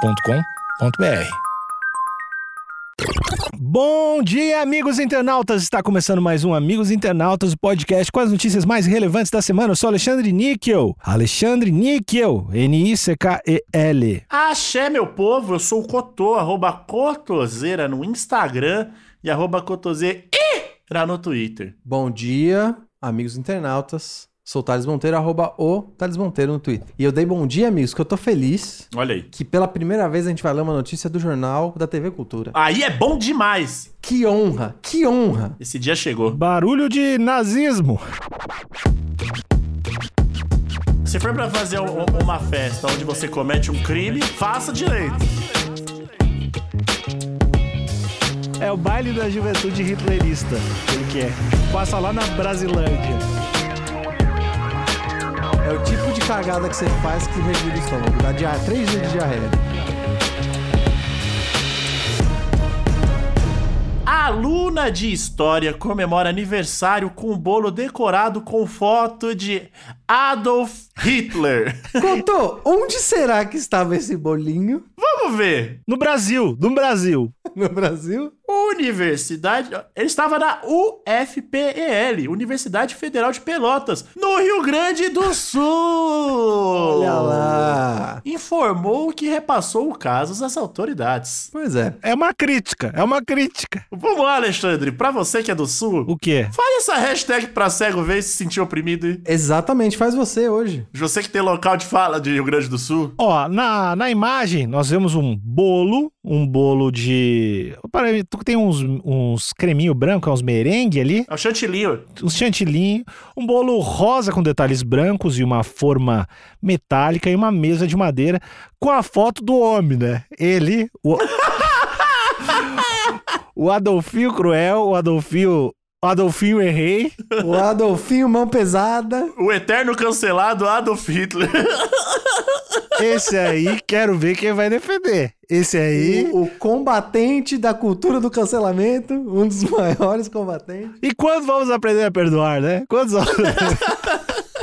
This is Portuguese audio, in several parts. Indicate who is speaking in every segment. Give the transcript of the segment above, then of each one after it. Speaker 1: agenciadepodcast.com.br.
Speaker 2: Bom dia, amigos internautas! Está começando mais um Amigos Internautas, o podcast com as notícias mais relevantes da semana. Eu sou Alexandre Níquel. Alexandre Níquel, N-I-C-K-E-L.
Speaker 3: Axé, meu povo, eu sou o Cotô, arroba Cotoseira no Instagram e arroba Cotoseira no Twitter.
Speaker 4: Bom dia, amigos internautas. Sou o Thales Monteiro, arroba o Thales Monteiro no Twitter. E eu dei bom dia, amigos, que eu tô feliz
Speaker 3: Olha aí.
Speaker 4: que pela primeira vez a gente vai ler uma notícia do jornal da TV Cultura.
Speaker 3: Aí é bom demais.
Speaker 4: Que honra, que honra.
Speaker 3: Esse dia chegou.
Speaker 2: Barulho de nazismo.
Speaker 3: Se for pra fazer um- um- uma festa onde você comete um crime, faça direito.
Speaker 2: É o baile da juventude hitlerista. Ele que é. Passa lá na Brasilândia.
Speaker 4: É o tipo de cagada que você faz que revira o estômago. Dá dia, três dias de diarreia.
Speaker 3: A aluna de história comemora aniversário com um bolo decorado com foto de Adolf Hitler.
Speaker 4: Contou, onde será que estava esse bolinho
Speaker 3: Vamos ver.
Speaker 2: No Brasil, no Brasil.
Speaker 4: no Brasil?
Speaker 3: Universidade. Ele estava na UFPEL, Universidade Federal de Pelotas, no Rio Grande do Sul.
Speaker 4: Olha lá.
Speaker 3: Informou que repassou o caso às autoridades.
Speaker 4: Pois é.
Speaker 2: É uma crítica, é uma crítica.
Speaker 3: Vamos lá, Alexandre, pra você que é do Sul,
Speaker 2: O quê?
Speaker 3: faz essa hashtag pra cego ver se sentir oprimido. hein?
Speaker 4: Exatamente, faz você hoje.
Speaker 3: Você que tem local de fala de Rio Grande do Sul.
Speaker 2: Ó, na, na imagem nós vemos um bolo, um bolo de. Para, tem uns, uns creminho branco, uns merengue ali,
Speaker 3: É o chantilly. ó.
Speaker 2: uns chantilly, um bolo rosa com detalhes brancos e uma forma metálica e uma mesa de madeira com a foto do homem, né? Ele, o. o Adolfinho Cruel, o Adolfinho. o Adolfinho Errei.
Speaker 4: O Adolfinho, mão pesada.
Speaker 3: O eterno cancelado Adolf Hitler.
Speaker 2: Esse aí, quero ver quem vai defender. Esse aí.
Speaker 4: O, o combatente da cultura do cancelamento. Um dos maiores combatentes.
Speaker 2: E quando vamos aprender a perdoar, né? Quantos anos?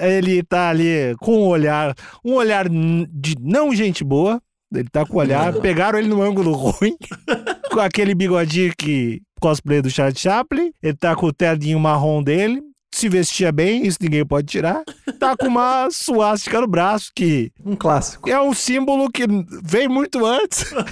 Speaker 2: ele tá ali com um olhar, um olhar n- de não gente boa. Ele tá com o olhar, pegaram ele no ângulo ruim, com aquele bigodinho que cosplay do Charles Chaplin. Ele tá com o terninho marrom dele, se vestia bem, isso ninguém pode tirar. Tá com uma suástica no braço, que
Speaker 4: Um clássico.
Speaker 2: é um símbolo que veio muito antes.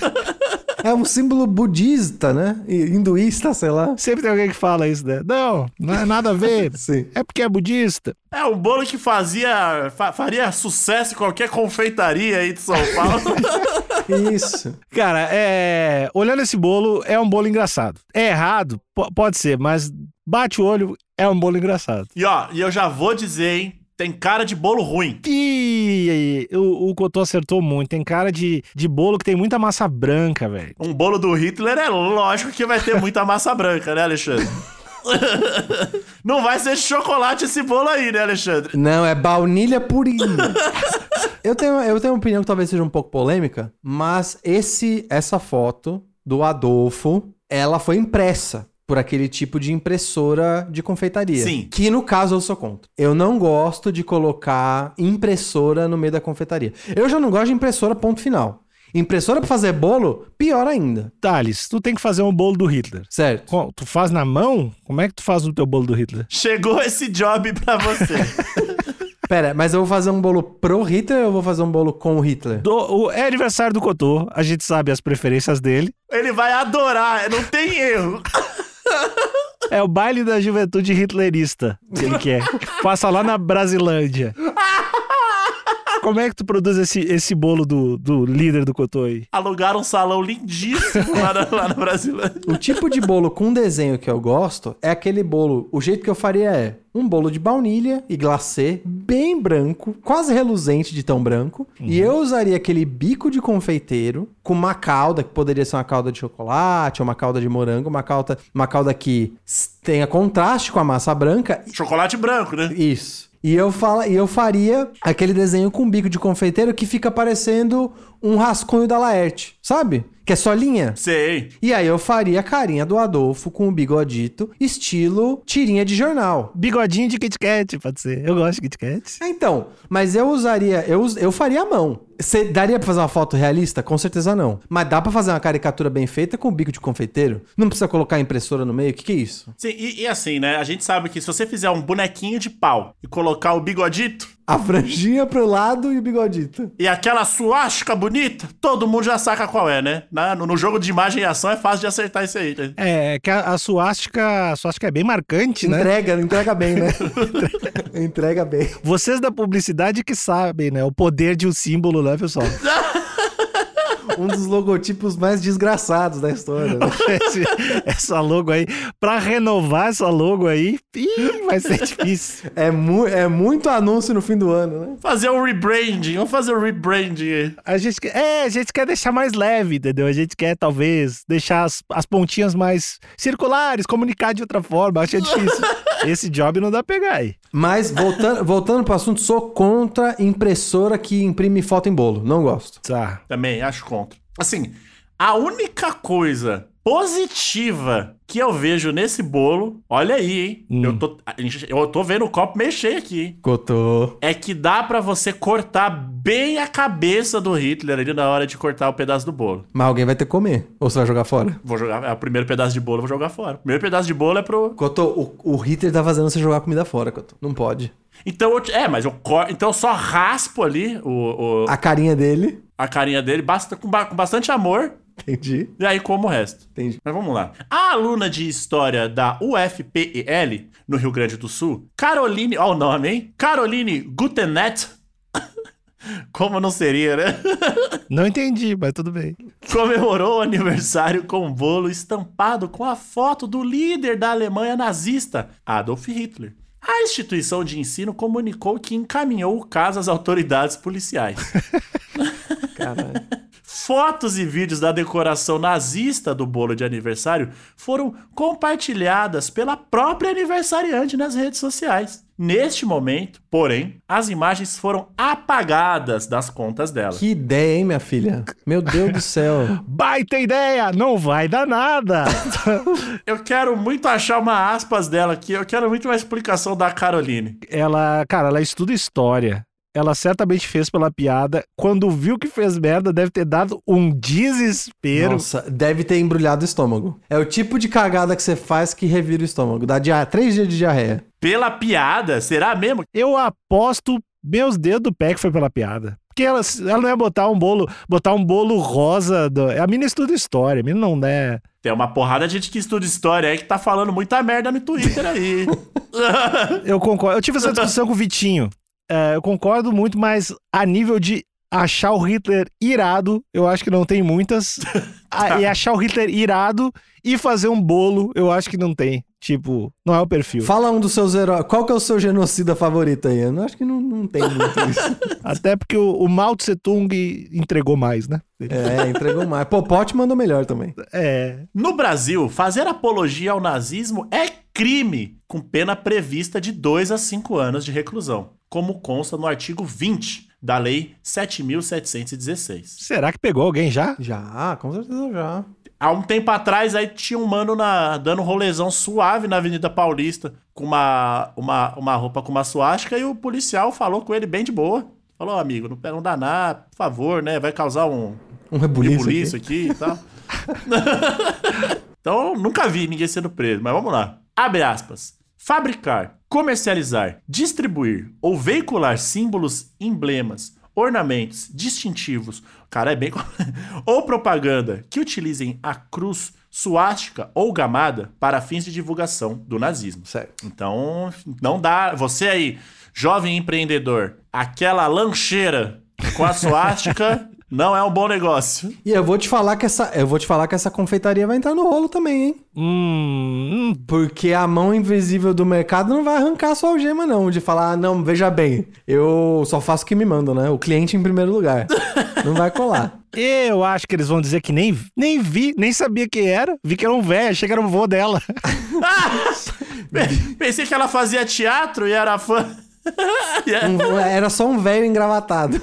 Speaker 4: É um símbolo budista, né? E Hinduísta, sei lá.
Speaker 2: Sempre tem alguém que fala isso, né? Não, não é nada a ver.
Speaker 4: Sim.
Speaker 2: É porque é budista.
Speaker 3: É um bolo que fazia. fa- faria sucesso em qualquer confeitaria aí de São Paulo.
Speaker 4: Isso.
Speaker 2: Cara, é... olhando esse bolo, é um bolo engraçado. É errado? po- pode ser, mas bate o olho, é um bolo engraçado.
Speaker 3: E ó, e eu já vou dizer, hein? Tem cara de bolo ruim.
Speaker 2: E o, o Cotô acertou muito. Tem cara de, de bolo que tem muita massa branca, velho.
Speaker 3: Um bolo do Hitler é lógico que vai ter muita massa branca, né, Alexandre? Não vai ser de chocolate esse bolo aí, né, Alexandre?
Speaker 4: Não, é baunilha purinha. eu, tenho, eu tenho uma opinião que talvez seja um pouco polêmica, mas esse, essa foto do Adolfo, ela foi impressa por aquele tipo de impressora de confeitaria.
Speaker 3: Sim.
Speaker 4: Que no caso eu sou contra. Eu não gosto de colocar impressora no meio da confeitaria. Eu já não gosto de impressora, ponto final. Impressora pra fazer bolo, pior ainda.
Speaker 2: Thales, tu tem que fazer um bolo do Hitler.
Speaker 4: Certo.
Speaker 2: Co- Tu faz na mão? Como é que tu faz o teu bolo do Hitler?
Speaker 3: Chegou esse job pra você.
Speaker 4: Pera, mas eu vou fazer um bolo pro Hitler ou eu vou fazer um bolo com o Hitler?
Speaker 2: Do- o- é aniversário do Cotô, a gente sabe as preferências dele.
Speaker 3: Ele vai adorar, não tem erro.
Speaker 2: É o baile da juventude hitlerista que ele quer. Que passa lá na Brasilândia. Como é que tu produz esse, esse bolo do, do líder do Cotô aí?
Speaker 3: Alugaram um salão lindíssimo lá na, lá na Brasilândia.
Speaker 4: O tipo de bolo com desenho que eu gosto é aquele bolo. O jeito que eu faria é um bolo de baunilha e glacê, bem branco, quase reluzente de tão branco. E eu usaria aquele bico de confeiteiro com uma calda, que poderia ser uma calda de chocolate, ou uma calda de morango, uma calda, uma calda que s- tenha contraste com a massa branca
Speaker 3: Chocolate branco, né?
Speaker 4: isso. E eu, fala, e eu faria aquele desenho com bico de confeiteiro que fica parecendo um rascunho da Laerte, sabe? Que é só linha.
Speaker 3: Sei.
Speaker 4: E aí eu faria a carinha do Adolfo com o bigodito, estilo tirinha de jornal.
Speaker 2: Bigodinho de Kit Kat, pode ser. Eu gosto de Kit Kat.
Speaker 4: É, Então, mas eu usaria, eu, us- eu faria a mão. Cê, daria pra fazer uma foto realista? Com certeza não. Mas dá pra fazer uma caricatura bem feita com o bico de confeiteiro? Não precisa colocar a impressora no meio? O que, que é isso?
Speaker 3: Sim, e, e assim, né? A gente sabe que se você fizer um bonequinho de pau e colocar o bigodito
Speaker 4: A franjinha pro lado e o bigodito.
Speaker 3: e aquela suástica bonita, todo mundo já saca qual é, né? Na- no, no jogo de imagem e ação é fácil de acertar isso aí. né?
Speaker 2: É, que a, a suástica, a suástica é bem marcante, né?
Speaker 4: Entrega, entrega bem, né? entrega bem.
Speaker 2: Vocês da publicidade que sabem, né? O poder de um símbolo, né, pessoal?
Speaker 4: Um dos logotipos mais desgraçados da história. né?
Speaker 2: Esse- essa logo aí. Pra renovar essa logo aí, ih, vai ser difícil.
Speaker 4: É, mu é muito anúncio no fim do ano, né?
Speaker 3: Fazer um rebranding, vamos fazer um rebranding aí.
Speaker 2: A gente, que- é, a gente quer deixar mais leve, entendeu? A gente quer, talvez, deixar as, as pontinhas mais circulares, comunicar de outra forma. Acho que é difícil. Esse job não dá pra pegar aí.
Speaker 4: Mas voltando, voltando pro assunto, sou contra impressora que imprime foto em bolo. Não gosto.
Speaker 2: Tá.
Speaker 3: Também acho contra. Assim, a única coisa positiva que eu vejo nesse bolo, olha aí, hein?
Speaker 2: Hum.
Speaker 3: Eu, tô, a gente- eu tô vendo o copo mexer aqui. hein?
Speaker 4: Cotô.
Speaker 3: É que dá pra você cortar bem a cabeça do Hitler ali na hora de cortar o pedaço do bolo.
Speaker 4: Mas alguém vai ter que comer. Ou você vai jogar fora?
Speaker 3: Vou jogar, é o primeiro pedaço de bolo, eu vou jogar fora. O primeiro pedaço de bolo é pro.
Speaker 4: Cotô, o, o Hitler tá fazendo você jogar comida fora, Cotô. Não pode.
Speaker 3: Então eu, te- é, mas eu cor... então eu só raspo ali o, o-
Speaker 4: A carinha dele.
Speaker 3: a carinha dele basta com, ba- com bastante amor
Speaker 4: Entendi.
Speaker 3: e aí como o resto.
Speaker 4: Entendi.
Speaker 3: Mas vamos lá. A aluna de história da UFPEL, no Rio Grande do Sul, Caroline. Ó, o nome, hein? Caroline Gutenet. Como não seria, né?
Speaker 2: Não entendi, mas tudo bem.
Speaker 3: Comemorou o aniversário com um bolo estampado com a foto do líder da Alemanha nazista, Adolf Hitler. A instituição de ensino comunicou que encaminhou o caso às autoridades policiais.
Speaker 4: Caralho.
Speaker 3: Fotos e vídeos da decoração nazista do bolo de aniversário foram compartilhadas pela própria aniversariante nas redes sociais. Neste momento, porém, as imagens foram apagadas das contas dela.
Speaker 4: que ideia, hein, minha filha? Meu Deus do céu.
Speaker 2: Baita ideia! Não vai dar nada!
Speaker 3: Eu quero muito achar uma aspas dela aqui, eu quero muito uma explicação da Caroline.
Speaker 2: ela, cara, ela estuda história. Ela certamente fez pela piada. Quando viu que fez merda, deve ter dado um desespero.
Speaker 4: Nossa, deve ter embrulhado o estômago. É o tipo de cagada que você faz que revira o estômago. Dá dia... três dias de diarreia.
Speaker 3: Pela piada, será mesmo?
Speaker 2: Eu aposto meus dedos do pé que foi pela piada. Porque ela, ela não ia botar um bolo, botar um bolo rosa. do- A mina estuda história, a mina não é.
Speaker 3: Tem uma porrada de gente que estuda história aí que tá falando muita merda no Twitter aí.
Speaker 2: Eu concordo. Eu tive essa discussão com o Vitinho. É, eu concordo muito, mas a nível de achar o Hitler irado, eu acho que não tem muitas. A-
Speaker 3: Tá.
Speaker 2: E achar o Hitler irado e fazer um bolo, eu acho que não tem. Tipo, não é o perfil.
Speaker 4: Fala um dos seus heróis. Qual que é o seu genocida favorito aí? Eu não- acho que não, não tem muito isso.
Speaker 2: Até porque o, o Mao Tse Tung entregou mais, né?
Speaker 4: É, entregou mais. Popote mandou melhor também.
Speaker 2: É.
Speaker 3: no Brasil, fazer apologia ao nazismo é crime, com pena prevista de 2 a 5 anos de reclusão, como consta no artigo 20 da Lei 7716.
Speaker 2: Será que pegou alguém já?
Speaker 4: Já, com certeza já.
Speaker 3: Há um tempo atrás, aí tinha um mano na- dando um rolezão suave na Avenida Paulista, com uma, uma, uma roupa com uma suástica, e o policial falou com ele bem de boa. Falou, "Ó, amigo, não, não dá nada, por favor, né? Vai causar um
Speaker 4: Um rebuliço.
Speaker 3: rebuliço aqui
Speaker 4: aqui.
Speaker 3: e tal. então, nunca vi ninguém sendo preso, mas vamos lá. Abre aspas. Fabricar, comercializar, distribuir ou veicular símbolos, emblemas, ornamentos, distintivos, cara, é bem. com- ou propaganda que utilizem a cruz, suástica ou gamada para fins de divulgação do nazismo.
Speaker 4: Certo.
Speaker 3: Então, não dá. Você aí, jovem empreendedor, aquela lancheira com a suástica não é um bom negócio.
Speaker 4: E eu vou te falar que essa, eu vou te falar que essa confeitaria vai entrar no rolo também, hein?
Speaker 2: Hum. hum,
Speaker 4: Porque a mão invisível do mercado não vai arrancar a sua algema, não. De falar, ah, não, veja bem, eu só faço o que me mandam, né? O cliente em primeiro lugar. não vai colar.
Speaker 2: eu acho que eles vão dizer que nem, nem vi, nem sabia quem era. Vi que era um velho, achei que era um vô dela.
Speaker 3: Pensei que ela fazia teatro e é, era fã.
Speaker 4: Um- era só um velho engravatado.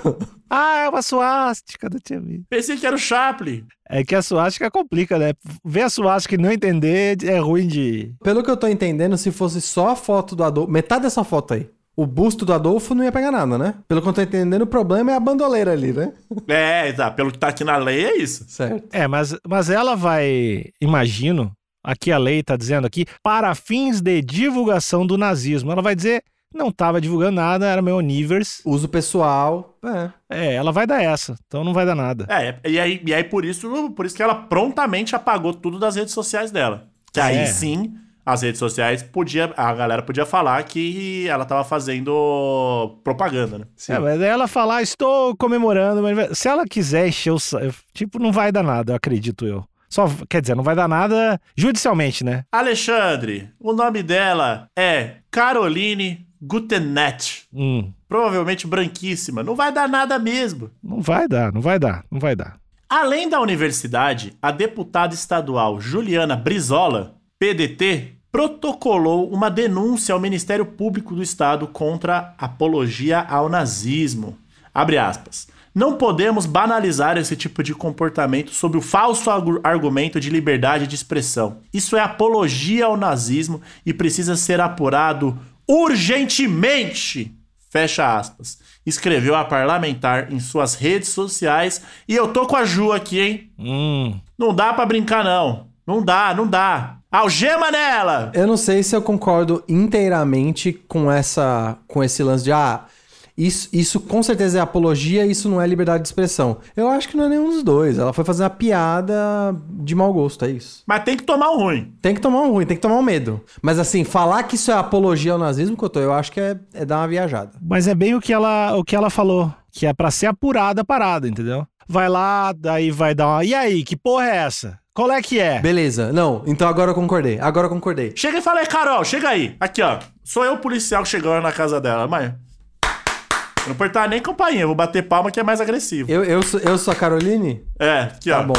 Speaker 2: Ah, é uma suástica, não tinha visto.
Speaker 3: Pensei que era o Chaplin.
Speaker 2: É que a suástica complica, né? Ver a suástica e não entender é ruim de...
Speaker 4: Pelo que eu tô entendendo, se fosse só a foto do Adolfo, metade dessa foto aí, o busto do Adolfo não ia pegar nada, né? Pelo que eu tô entendendo, o problema é a bandoleira ali, né?
Speaker 3: É, tá. Pelo que tá aqui na lei, é isso.
Speaker 4: Certo.
Speaker 2: É, mas, mas ela vai, imagino, aqui a lei tá dizendo aqui, para fins de divulgação do nazismo. Ela vai dizer, não tava divulgando nada, era meu univers.
Speaker 4: Uso pessoal. É.
Speaker 2: É, ela vai dar essa, então não vai dar nada.
Speaker 3: É, e aí, e aí por, isso, por isso que ela prontamente apagou tudo das redes sociais dela. Que aí
Speaker 2: É.
Speaker 3: sim, as redes sociais podia. A galera podia falar que ela tava fazendo propaganda, né?
Speaker 4: Sim.
Speaker 2: É, mas ela falar, estou comemorando. meu aniversário." Se ela quiser encher o. sa- Tipo, não vai dar nada, eu acredito eu. Só, quer dizer, não vai dar nada judicialmente, né?
Speaker 3: Alexandre, o nome dela é Caroline Gutenet.
Speaker 2: Hum,
Speaker 3: Provavelmente branquíssima. Não vai dar nada mesmo.
Speaker 2: não vai dar, não vai dar, não vai dar.
Speaker 3: Além da universidade, a deputada estadual Juliana Brizola, PDT, protocolou uma denúncia ao Ministério Público do Estado contra apologia ao nazismo. Abre aspas. Não podemos banalizar esse tipo de comportamento sob o falso argu- argumento de liberdade de expressão. Isso é apologia ao nazismo e precisa ser apurado urgentemente. Fecha aspas. Escreveu a parlamentar em suas redes sociais. E eu tô com a Ju aqui, hein?
Speaker 2: Hum.
Speaker 3: Não dá pra brincar, não. Não dá, não dá. Algema nela!
Speaker 4: Eu não sei se eu concordo inteiramente com essa com esse lance de ah, isso, isso com certeza é apologia, isso não é liberdade de expressão. Eu acho que não é nenhum dos dois. Ela foi fazer uma piada de mau gosto, é isso.
Speaker 3: Mas tem que tomar o ruim.
Speaker 4: Tem que tomar um ruim, tem que tomar um medo. Mas assim, falar que isso é apologia ao nazismo, que eu tô, eu acho que é, é dar uma viajada.
Speaker 2: Mas é bem o que ela, o que ela falou, que é pra ser apurada a parada, entendeu? Vai lá, daí vai dar uma. E aí, que porra é essa? Qual é que é?
Speaker 4: Beleza, não, então agora eu concordei. Agora eu concordei.
Speaker 3: Chega e fala aí, Carol, chega aí. Aqui, ó. Sou eu, policial, chegando na casa dela, mas. Eu Não apertar nem campainha, eu vou bater palma que é mais agressivo.
Speaker 4: Eu, eu, sou, eu sou a Caroline?
Speaker 3: É, aqui, ó.
Speaker 4: Tá bom.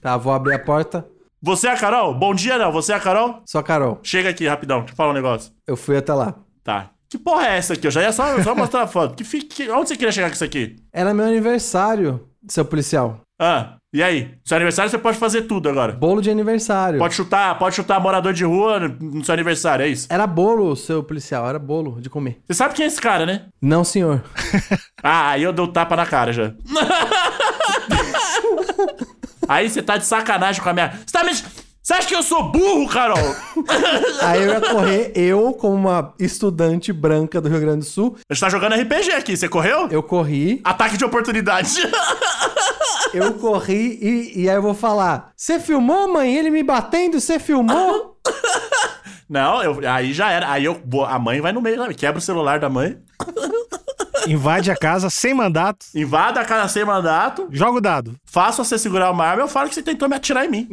Speaker 4: Tá, vou abrir a porta.
Speaker 3: Você é a Carol? Bom dia, não. Você é a Carol?
Speaker 4: Sou a Carol.
Speaker 3: Chega aqui rapidão, deixa eu falar um negócio.
Speaker 4: Eu fui até lá.
Speaker 3: Tá. Que porra é essa aqui? Eu já ia só, só mostrar a foto. Que, fi- que- onde você queria chegar com isso aqui?
Speaker 4: Era meu aniversário, seu policial.
Speaker 3: Ah, e aí? Seu aniversário você pode fazer tudo agora.
Speaker 4: Bolo de aniversário.
Speaker 3: Pode chutar, pode chutar morador de rua no no seu aniversário, é isso?
Speaker 4: Era bolo, seu policial, era bolo de comer.
Speaker 3: Você sabe quem é esse cara, né?
Speaker 4: Não, senhor.
Speaker 3: Ah, aí eu dou tapa na cara já. aí você tá de sacanagem com a minha. Você tá me. Você acha que eu sou burro, Carol?
Speaker 4: Aí eu ia correr, eu, como uma estudante branca do Rio Grande do Sul,
Speaker 3: Você tá jogando RPG aqui, você correu?
Speaker 4: eu corri,
Speaker 3: Ataque de oportunidade.
Speaker 4: eu corri e, e aí eu vou falar: Você filmou, mãe? Ele me batendo, você filmou?
Speaker 3: Não, eu- aí já era. Aí eu, vou- a mãe vai no meio, né? quebra o celular da mãe,
Speaker 2: Invade a casa sem mandato,
Speaker 3: invada a casa sem mandato,
Speaker 2: joga o dado.
Speaker 3: faço você segurar uma arma, eu falo que você tentou me atirar em mim.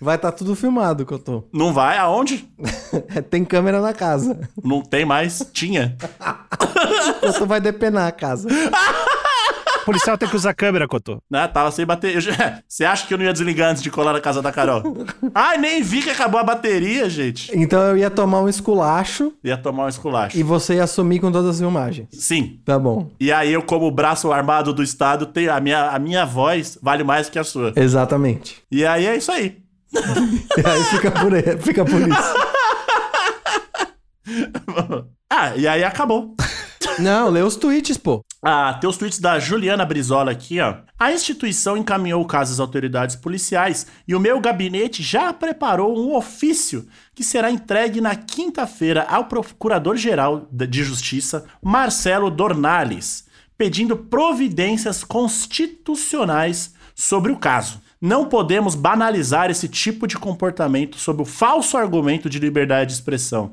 Speaker 4: Vai estar tudo filmado, Cotô.
Speaker 3: Não vai? Aonde?
Speaker 4: Tem câmera na casa.
Speaker 3: Não tem mais. Tinha.
Speaker 4: Cotô vai depenar a casa.
Speaker 2: O policial tem que usar câmera, Cotô.
Speaker 3: né? Tava sem bateria. Eu já- Você acha que eu não ia desligar antes de colar na casa da Carol? Ai, nem vi que acabou a bateria, gente.
Speaker 4: Então eu ia tomar um esculacho
Speaker 3: Ia tomar um esculacho.
Speaker 4: e você ia sumir com todas as filmagens.
Speaker 3: Sim.
Speaker 4: Tá bom.
Speaker 3: E aí eu, como o braço armado do Estado, tenho a minha, a minha voz vale mais que a sua.
Speaker 4: Exatamente.
Speaker 3: E aí é isso aí.
Speaker 4: E aí fica por, aí, fica por isso.
Speaker 3: ah, e aí acabou.
Speaker 4: Não, lê os tweets, pô.
Speaker 3: Ah, tem os tweets da Juliana Brizola aqui, ó. A instituição encaminhou o caso às autoridades policiais e o meu gabinete já preparou um ofício que será entregue na quinta-feira ao Procurador-Geral de Justiça, Marcelo Dornales, pedindo providências constitucionais sobre o caso. Não podemos banalizar esse tipo de comportamento sob o falso argumento de liberdade de expressão.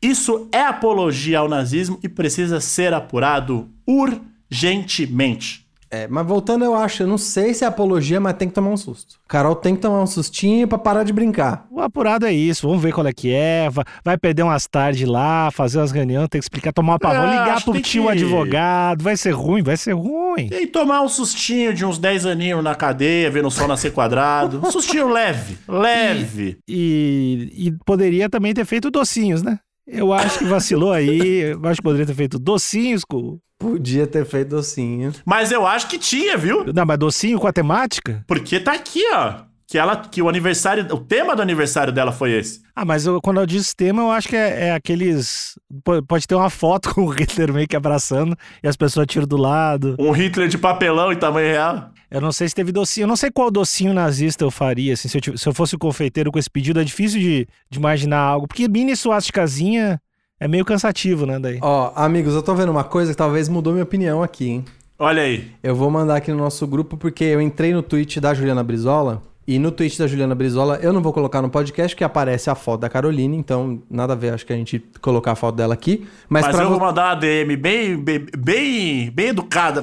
Speaker 3: Isso é apologia ao nazismo e precisa ser apurado urgentemente.
Speaker 4: É, mas voltando, eu acho, eu não sei se é apologia, mas tem que tomar um susto. Carol tem que tomar um sustinho pra parar de brincar.
Speaker 2: O apurado é isso, vamos ver qual é que é. va- Vai perder umas tardes lá, fazer umas reuniões, tem que explicar, tomar uma pavão,
Speaker 3: É,
Speaker 2: ligar
Speaker 3: acho
Speaker 2: pro
Speaker 3: que tem
Speaker 2: tio
Speaker 3: que-
Speaker 2: advogado. Vai ser ruim, vai ser ruim.
Speaker 3: E aí tomar um sustinho de uns 10 aninhos na cadeia, vendo o sol nascer quadrado. Um sustinho leve, leve.
Speaker 2: E, e poderia também ter feito docinhos, né? Eu acho que vacilou aí. Eu acho que poderia ter feito docinhos com.
Speaker 4: Podia ter feito assim. docinho.
Speaker 3: Mas eu acho que tinha, viu?
Speaker 2: Não, mas docinho com a temática?
Speaker 3: Porque tá aqui, ó. Que ela. Que o aniversário. O tema do aniversário dela foi esse.
Speaker 2: Ah, mas eu- quando eu disse tema, eu acho que é, é aqueles. po- Pode ter uma foto com o Hitler meio que abraçando e as pessoas tiram do lado.
Speaker 3: Um Hitler de papelão e tamanho real.
Speaker 2: Eu não sei se teve docinho. Eu não sei qual docinho nazista eu faria. Assim, se, eu, tive- se eu fosse o confeiteiro com esse pedido, é difícil de, de imaginar algo. Porque mini suasticazinha é meio cansativo, né? Daí.
Speaker 4: Ó, amigos, eu tô vendo uma coisa que talvez mudou minha opinião aqui, hein?
Speaker 3: Olha aí.
Speaker 4: Eu vou mandar aqui no nosso grupo porque eu entrei no tweet da Juliana Brizola. E no tweet da Juliana Brizola, eu não vou colocar no podcast que aparece a foto da Caroline, então nada a ver, acho que a gente colocar a foto dela aqui. Mas,
Speaker 3: Mas,
Speaker 4: pra
Speaker 3: eu
Speaker 4: vo-
Speaker 3: vou mandar uma DM bem, bem, bem, bem educada.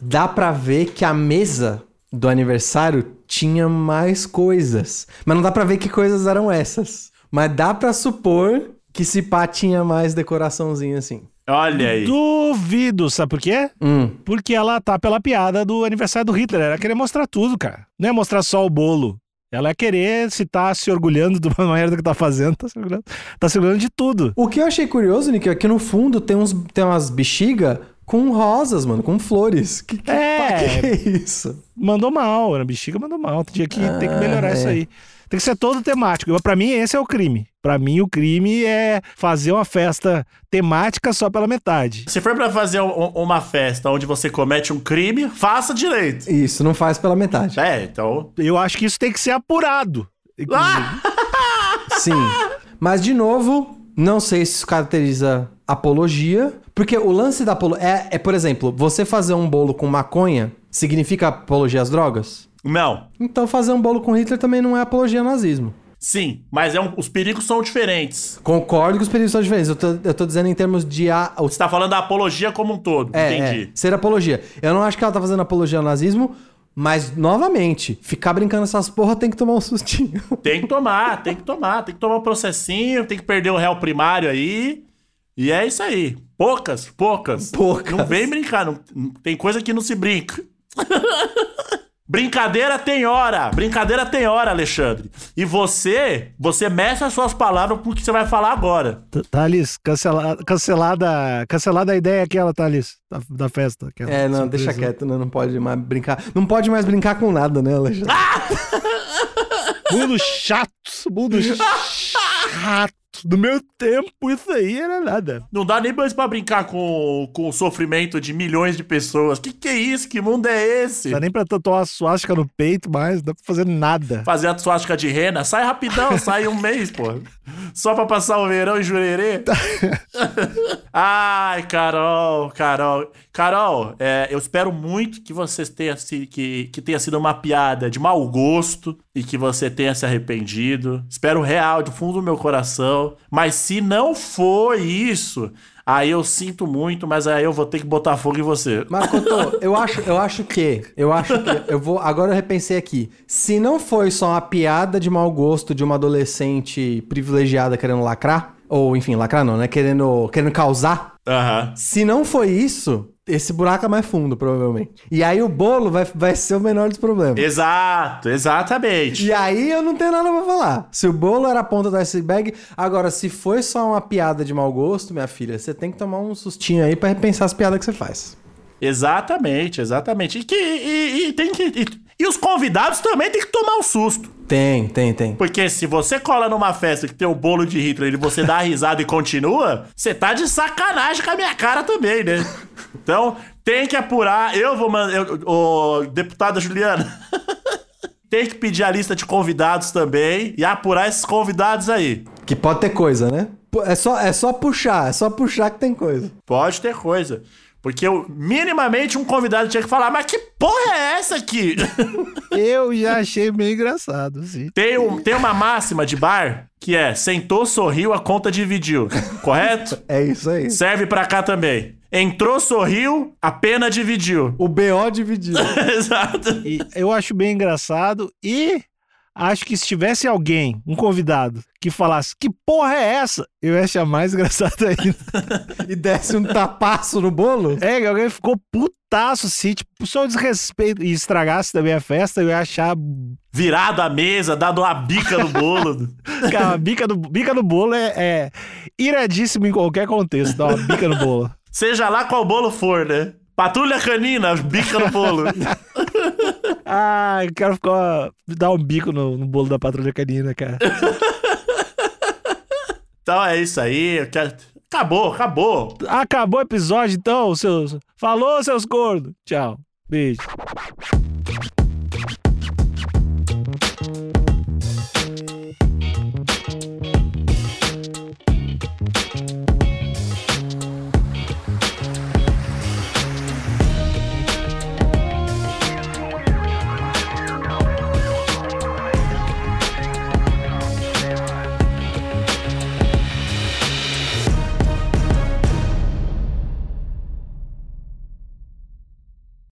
Speaker 4: dá pra ver que a mesa do aniversário tinha mais coisas. Mas não dá pra ver que coisas eram essas. Mas dá pra supor que se pá tinha mais decoraçãozinha assim.
Speaker 3: Olha aí.
Speaker 2: Duvido, sabe por quê?
Speaker 4: Hum.
Speaker 2: Porque ela tá pela piada do aniversário do Hitler. Ela querer mostrar tudo, cara. Não é mostrar só o bolo. Ela é querer se tá se orgulhando de uma maneira do que tá fazendo, tá se orgulhando, tá se orgulhando de tudo.
Speaker 4: O que eu achei curioso, Nick, é que no fundo tem, uns, tem umas bexiga com rosas, mano, com flores. Que, que,
Speaker 2: É.
Speaker 4: pá, que que é isso?
Speaker 2: Mandou mal, a bexiga mandou mal. Tinha que, tem que melhorar
Speaker 4: Ah,
Speaker 2: isso
Speaker 4: é.
Speaker 2: aí. Tem que ser todo temático. Pra mim, esse é o crime. Pra mim, o crime é fazer uma festa temática só pela metade.
Speaker 3: Se for pra fazer um- uma festa onde você comete um crime, faça direito.
Speaker 4: Isso, não faz pela metade.
Speaker 3: É, então.
Speaker 2: Eu acho que isso tem que ser apurado.
Speaker 3: Ah!
Speaker 4: Sim. Mas, de novo, não sei se isso caracteriza apologia. Porque o lance da apologia. É, é, por exemplo, você fazer um bolo com maconha significa apologia às drogas?
Speaker 3: Não.
Speaker 4: Então, fazer um bolo com Hitler também não é apologia ao nazismo.
Speaker 3: Sim, mas é um- os perigos são diferentes.
Speaker 4: Concordo que os perigos são diferentes. Eu tô, eu tô dizendo em termos de. A, o-
Speaker 3: Você tá falando da apologia como um todo.
Speaker 4: é,
Speaker 3: Entendi.
Speaker 4: é, ser apologia. Eu não acho que ela tá fazendo apologia ao nazismo, mas, novamente, ficar brincando essas porra tem que tomar um sustinho.
Speaker 3: Tem que tomar, tem que tomar, tem que tomar um processinho, tem que perder o réu primário aí. E é isso aí. Poucas, poucas.
Speaker 4: Poucas.
Speaker 3: Não vem brincar, não- não- tem coisa que não se brinca. Brincadeira tem hora, brincadeira tem hora, Alexandre. E você, você meça as suas palavras com o que você vai falar agora.
Speaker 2: Th- Thales, cancela- cancelada, cancelada a ideia aquela, Thales, da, da festa. aquela
Speaker 4: É, não,
Speaker 2: surpresa.
Speaker 4: deixa quieto, né? Não pode mais brincar. Não pode mais brincar com nada, né, Alexandre?
Speaker 2: Mundo chato, mundo chato. Do meu tempo, isso aí era nada.
Speaker 3: Não dá nem mais pra brincar com, com o sofrimento de milhões de pessoas. Que que é isso? Que mundo é esse?
Speaker 2: Não dá nem pra tatuar a suástica no peito mais, não dá pra fazer nada.
Speaker 3: Fazer a suástica de rena, sai rapidão, sai um mês, pô. Só pra passar o verão em Jurerê. Ai, Carol, Carol. Carol, é, eu espero muito que você tenha, se- que, que tenha sido uma piada de mau gosto e que você tenha se arrependido. Espero real, do fundo do meu coração. Mas se não for isso, aí eu sinto muito, mas aí eu vou ter que botar fogo em você.
Speaker 4: Marco, Tô, eu acho, eu acho que, eu acho que, eu vou, agora eu repensei aqui. Se não foi só uma piada de mau gosto de uma adolescente privilegiada querendo lacrar, ou enfim, lacrar não, né? Querendo, querendo causar.
Speaker 3: Aham.
Speaker 4: Se não foi isso, esse buraco é mais fundo, provavelmente. E aí o bolo vai, vai ser o menor dos problemas.
Speaker 3: Exato, exatamente.
Speaker 4: E aí eu não tenho nada pra falar. Se o bolo era a ponta do iceberg, agora se foi só uma piada de mau gosto, minha filha, você tem que tomar um sustinho aí pra repensar as piadas que você faz.
Speaker 3: Exatamente, exatamente. E, que, e, e tem que, e, e os convidados também tem que tomar um susto.
Speaker 4: Tem, tem, tem.
Speaker 3: Porque se você cola numa festa que tem um bolo de Hitler e você dá risada e continua, você tá de sacanagem com a minha cara também, né? Então, tem que apurar. Eu vou mandar. Ô, deputada Juliana. Tem que pedir a lista de convidados também e apurar esses convidados aí.
Speaker 4: Que pode ter coisa, né? Pô, É só, é só puxar, é só puxar que tem coisa.
Speaker 3: Pode ter coisa. Porque eu, minimamente um convidado tinha que falar, mas que porra é essa aqui?
Speaker 2: Eu já achei meio engraçado, sim.
Speaker 3: Tem, um, tem uma máxima de bar que é: sentou, sorriu, a conta dividiu. Correto?
Speaker 4: É isso aí.
Speaker 3: Serve pra cá também. Entrou, sorriu, a pena dividiu.
Speaker 4: O BO dividido.
Speaker 3: Exato.
Speaker 2: E eu acho bem engraçado e acho que se tivesse alguém, um convidado, que falasse que porra é essa, eu ia achar mais engraçado ainda.
Speaker 4: E desce um tapaço no bolo?
Speaker 2: é, que alguém ficou putaço, se tipo, só o desrespeito e estragasse também a festa, eu ia achar
Speaker 3: Virado à mesa, dado uma bica no bolo.
Speaker 2: Cara, a bica do, bica do bolo é, é iradíssimo em qualquer contexto. Dá uma bica no bolo.
Speaker 3: Seja lá qual bolo for, né? Patrulha canina, bica no bolo.
Speaker 2: Ah, eu quero ficar. dar um bico no, no bolo da patrulha canina, cara.
Speaker 3: então é isso aí. eu quero- Acabou, acabou.
Speaker 2: Acabou o episódio, então, seus. Falou, seus gordos. Tchau. Beijo.